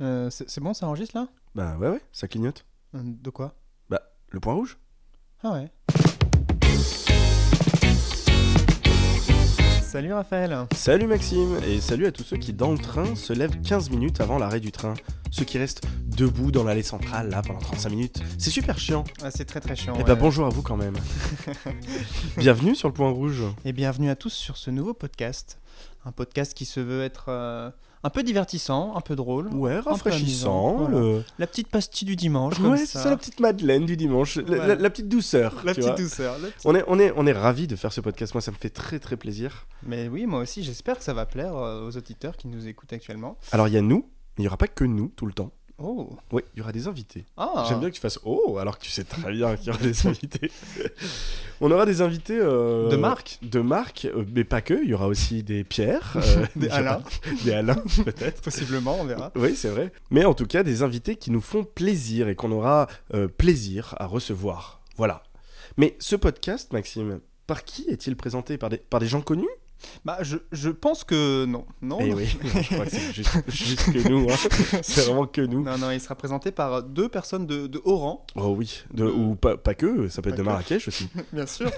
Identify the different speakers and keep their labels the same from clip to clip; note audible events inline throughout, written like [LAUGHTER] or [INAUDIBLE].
Speaker 1: Euh, c'est c'est bon, ça enregistre là
Speaker 2: Bah ouais, ouais, ça clignote.
Speaker 1: Euh, De quoi
Speaker 2: Bah, le point rouge
Speaker 1: Ah ouais. Salut Raphaël.
Speaker 2: Salut Maxime, et salut à tous ceux qui, dans le train, se lèvent 15 minutes avant l'arrêt du train. Ceux qui restent debout dans l'allée centrale, là, pendant 35 minutes. C'est super chiant.
Speaker 1: Ah, c'est très très chiant.
Speaker 2: Eh bah
Speaker 1: ouais.
Speaker 2: bonjour à vous
Speaker 1: [LAUGHS]
Speaker 2: quand même. Bienvenue sur le point rouge.
Speaker 1: Et bienvenue à tous sur ce nouveau podcast. Un podcast qui se veut être euh, un peu divertissant, un peu drôle.
Speaker 2: Ouais,
Speaker 1: rafraîchissant,
Speaker 2: rafraîchissant. Le...
Speaker 1: La petite pastille du dimanche. comme
Speaker 2: Ouais, c'est ça la petite Madeleine du dimanche. La,
Speaker 1: Ouais.
Speaker 2: la- la petite douceur.
Speaker 1: [LAUGHS] La
Speaker 2: tu
Speaker 1: petite
Speaker 2: vois.
Speaker 1: douceur. la petite-
Speaker 2: On est, on, est, on est ravis de faire ce podcast. Moi, ça me fait très très plaisir.
Speaker 1: Mais oui, moi aussi, j'espère que ça va plaire euh, aux auditeurs qui nous écoutent actuellement.
Speaker 2: Alors, il y a nous, mais il n'y aura pas que nous tout le temps.
Speaker 1: Oh
Speaker 2: Oui, il y aura des invités.
Speaker 1: Ah
Speaker 2: J'aime bien que tu fasses oh alors que tu sais très bien qu'il y aura des invités. [LAUGHS] On aura des invités euh,
Speaker 1: De marque
Speaker 2: de marque, euh, mais pas que. Il y aura aussi des Pierre, euh,
Speaker 1: [LAUGHS] Des
Speaker 2: [LAUGHS] il y aura-
Speaker 1: Alain.
Speaker 2: des Alain [LAUGHS] peut-être.
Speaker 1: Possiblement, on verra.
Speaker 2: Oui, c'est vrai. Mais en tout cas, des invités qui nous font plaisir et qu'on aura euh, plaisir à recevoir. Voilà. Mais ce podcast, Maxime, par qui est-il présenté par des, par des gens connus
Speaker 1: Bah, je, je pense que non. Non,
Speaker 2: Eh
Speaker 1: Oh non. [LAUGHS]
Speaker 2: oui, je crois que c'est juste, juste que nous. hein. C'est vraiment que nous.
Speaker 1: Non, non, il sera présenté par deux personnes de, de haut rang,
Speaker 2: Oh oui, de, ou pas, pas que, ça peut être
Speaker 1: Pas
Speaker 2: de
Speaker 1: que. [LAUGHS]
Speaker 2: Marrakech aussi.
Speaker 1: bien sûr.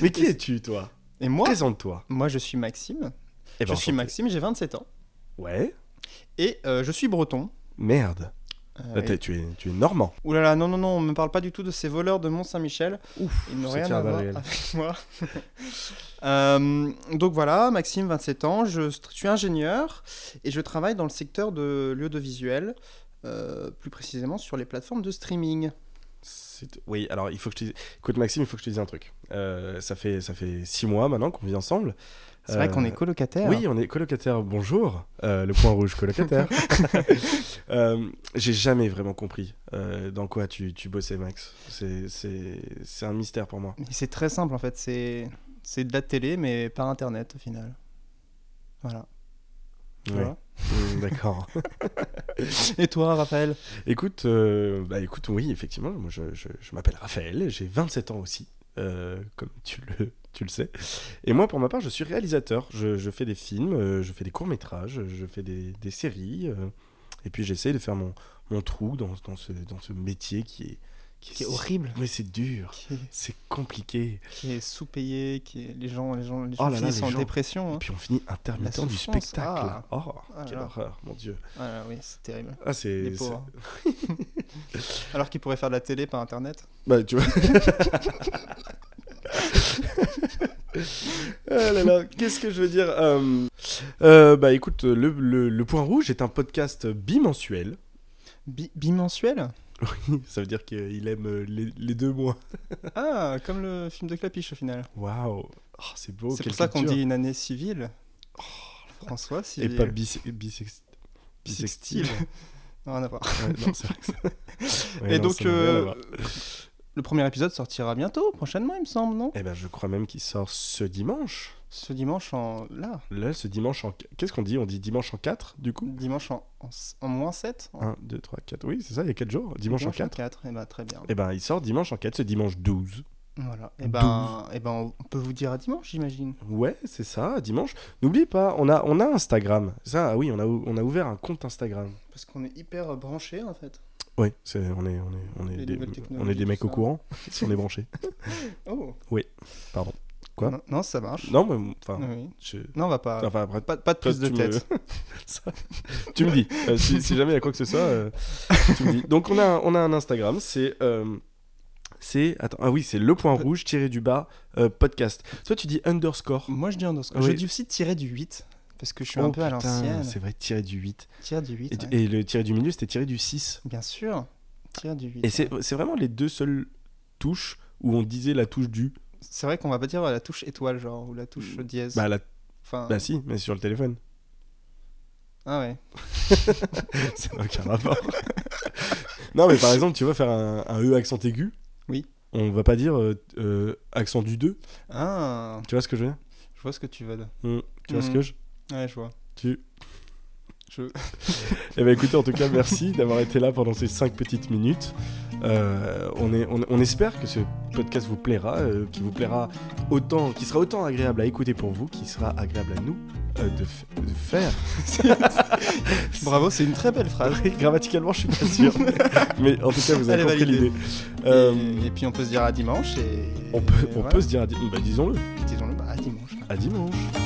Speaker 2: Mais qui es-tu, toi
Speaker 1: Et moi,
Speaker 2: Présente-toi.
Speaker 1: moi je suis Maxime.
Speaker 2: Eh
Speaker 1: je
Speaker 2: ben,
Speaker 1: suis
Speaker 2: enchanté.
Speaker 1: Maxime, j'ai 27 ans.
Speaker 2: Ouais.
Speaker 1: Et euh, je suis breton.
Speaker 2: Merde.
Speaker 1: Euh,
Speaker 2: Là,
Speaker 1: et-
Speaker 2: t'es- tu, es, tu es normand.
Speaker 1: Ouh là là, non, non, non, on me parle pas du tout de ces voleurs de Mont-Saint-Michel.
Speaker 2: Ouf,
Speaker 1: Ils n'ont
Speaker 2: ça
Speaker 1: rien
Speaker 2: tient
Speaker 1: à
Speaker 2: à
Speaker 1: voir
Speaker 2: Ariel.
Speaker 1: avec moi. [LAUGHS] Euh, donc voilà, Maxime, 27 ans, je, je suis ingénieur et je travaille dans le secteur de l'audiovisuel, euh, plus précisément sur les plateformes de streaming.
Speaker 2: C'est- Oui, alors il faut que je te dise... Écoute Maxime, il faut que je te dise un truc. Euh, ça, fait, ça fait six mois maintenant qu'on vit ensemble.
Speaker 1: C'est vrai
Speaker 2: Euh,
Speaker 1: qu'on est colocataire.
Speaker 2: Oui, on est colocataire. Bonjour, Euh, le point rouge [LAUGHS] colocataire. Euh, J'ai jamais vraiment compris euh, dans quoi tu, tu bossais Max. C'est- C'est c'est un mystère pour moi.
Speaker 1: Mais C'est très simple en fait, c'est c'est de la télé mais par internet au final. Voilà. Tu
Speaker 2: Ouais.
Speaker 1: vois
Speaker 2: Mm, [LAUGHS] D'accord.
Speaker 1: Et toi Raphaël
Speaker 2: Écoute, euh, bah écoute, oui, effectivement, moi je, je- je m'appelle Raphaël, j'ai 27 ans aussi, euh, comme tu le, [LAUGHS] tu le sais. Et moi, pour ma part, je suis réalisateur. Je, je fais des films, euh, je fais des courts-métrages, je fais des, des séries, euh, et puis j'essaye de faire mon, mon trou dans, dans, ce, dans ce métier qui est.
Speaker 1: Qui est horrible.
Speaker 2: Mais c'est dur,
Speaker 1: qui est,
Speaker 2: c'est compliqué.
Speaker 1: qui est sous-payé, qui est... les gens les gens les
Speaker 2: Oh
Speaker 1: gens
Speaker 2: là là,
Speaker 1: finissent
Speaker 2: les
Speaker 1: en
Speaker 2: gens.
Speaker 1: dépression.
Speaker 2: Et
Speaker 1: hein.
Speaker 2: puis on finit intermittent du
Speaker 1: souffrance,
Speaker 2: spectacle.
Speaker 1: ah.
Speaker 2: Oh,
Speaker 1: Ah
Speaker 2: quelle
Speaker 1: là.
Speaker 2: horreur, mon dieu.
Speaker 1: Ah là, oui, c'est terrible.
Speaker 2: Ah, c'est.
Speaker 1: Les
Speaker 2: c'est-
Speaker 1: pauvres. hein. [LAUGHS] Alors qu'ils pourraient faire de la télé par internet. [LAUGHS]
Speaker 2: Bah, tu vois. Ah là là, qu'est-ce que je veux dire Euh, euh, Bah écoute, le, le- le Point Rouge est un podcast bimensuel.
Speaker 1: Bi- bimensuel
Speaker 2: Ça veut dire qu'il aime euh, les, les deux mois.
Speaker 1: Ah, comme le film de Clapiche au final.
Speaker 2: Waouh Oh, C'est beau,
Speaker 1: c'est
Speaker 2: quelle
Speaker 1: pour ça qu'on
Speaker 2: culture. Oh,
Speaker 1: dit une année civile. François
Speaker 2: Et
Speaker 1: civil.
Speaker 2: pas bis- bisex-
Speaker 1: Sextile.
Speaker 2: bisextile.
Speaker 1: [LAUGHS] Non, rien à voir.
Speaker 2: Ouais, non, c'est vrai que ça- Ouais,
Speaker 1: Et
Speaker 2: non,
Speaker 1: donc,
Speaker 2: ça n'a rien à
Speaker 1: euh,
Speaker 2: voir.
Speaker 1: le premier épisode sortira bientôt, prochainement, il me semble, non
Speaker 2: Eh ben, je crois même qu'il sort ce dimanche.
Speaker 1: Ce dimanche en. là.
Speaker 2: Là, ce dimanche en. Qu'est-ce qu'on dit On dit dimanche en 4, du coup
Speaker 1: Dimanche en, en, en moins 7
Speaker 2: 1, 2, 3, 4. Oui, c'est ça, il y a 4 jours. Dimanche, en 4.
Speaker 1: Eh ben, très bien.
Speaker 2: Et ben, il sort dimanche en 4, c'est dimanche 12.
Speaker 1: Voilà. Eh ben, eh ben, on peut vous dire à dimanche, j'imagine.
Speaker 2: Ouais, c'est ça, dimanche. N'oublie pas, on a, on a Instagram. Ça, ah oui, on a, ou- on a ouvert un compte Instagram.
Speaker 1: Parce qu'on est hyper branché en fait.
Speaker 2: Ouais, c'est, on est, on est, on est
Speaker 1: Les
Speaker 2: des,
Speaker 1: nouvelles
Speaker 2: on est
Speaker 1: technologies,
Speaker 2: des mecs
Speaker 1: tout
Speaker 2: au
Speaker 1: ça.
Speaker 2: courant, si on
Speaker 1: [LAUGHS]
Speaker 2: est branchés.
Speaker 1: Oh
Speaker 2: Pardon. Quoi
Speaker 1: non, non, ça marche.
Speaker 2: Non, mais enfin,
Speaker 1: Oui.
Speaker 2: je...
Speaker 1: Non, on va pas.
Speaker 2: enfin après,
Speaker 1: Pas, pas de
Speaker 2: toi,
Speaker 1: prise de
Speaker 2: tu me-
Speaker 1: tête.
Speaker 2: ça, tu me dis, Euh, si, si jamais il y a quoi que ce soit, euh,
Speaker 1: [LAUGHS]
Speaker 2: tu me dis. Donc on a, on a un Instagram, c'est... euh, c'est, attends, ah oui, c'est le point rouge tiré du bas euh, podcast. Toi, tu dis underscore.
Speaker 1: Moi je dis underscore.
Speaker 2: Oui.
Speaker 1: Je dis aussi tirer du 8. Parce que je suis un
Speaker 2: Oh,
Speaker 1: peu à
Speaker 2: putain,
Speaker 1: l'ancienne.
Speaker 2: C'est vrai, tiré du 8.
Speaker 1: Tirer du 8.
Speaker 2: Et,
Speaker 1: ouais.
Speaker 2: et le tiré du milieu, c'était tiré du 6.
Speaker 1: Bien sûr. Tirer du 8.
Speaker 2: Et c'est c'est vraiment les deux seules touches où on disait la touche du.
Speaker 1: C'est vrai qu'on va pas dire euh, la touche étoile, genre, ou la touche dièse.
Speaker 2: Bah, la...
Speaker 1: enfin,
Speaker 2: bah si, mais sur le téléphone.
Speaker 1: ah ouais.
Speaker 2: Ça n'a aucun rapport. [LAUGHS] non, mais par exemple, tu vois, faire un, un E accent aigu.
Speaker 1: Oui.
Speaker 2: On va pas dire euh, euh, accent du 2.
Speaker 1: Ah,
Speaker 2: Tu vois ce que je veux dire
Speaker 1: je vois ce que tu veux.
Speaker 2: Mm. Tu vois ce
Speaker 1: Mm.
Speaker 2: que je.
Speaker 1: Ouais, je vois.
Speaker 2: Tu.
Speaker 1: Je...
Speaker 2: Eh bien écoutez, en tout cas, merci [LAUGHS] d'avoir été là pendant ces 5 petites minutes. Euh, on, est, on, on espère que ce podcast vous plaira, euh, qui vous plaira autant, qui sera autant agréable à écouter pour vous, qui sera agréable à nous euh, de, f- de faire.
Speaker 1: Bravo, c'est une très belle phrase.
Speaker 2: Ah
Speaker 1: [LAUGHS]
Speaker 2: Oui, Grammaticalement, je suis pas sûr, mais en tout cas, vous
Speaker 1: Elle
Speaker 2: avez
Speaker 1: est
Speaker 2: compris
Speaker 1: validée.
Speaker 2: l'idée. Euh,
Speaker 1: Et, et puis on peut se dire à dimanche et.
Speaker 2: on peut,
Speaker 1: et
Speaker 2: on
Speaker 1: voilà.
Speaker 2: peut se dire, à di- bah, disons-le,
Speaker 1: Disons-le, bah, à dimanche.
Speaker 2: à dimanche.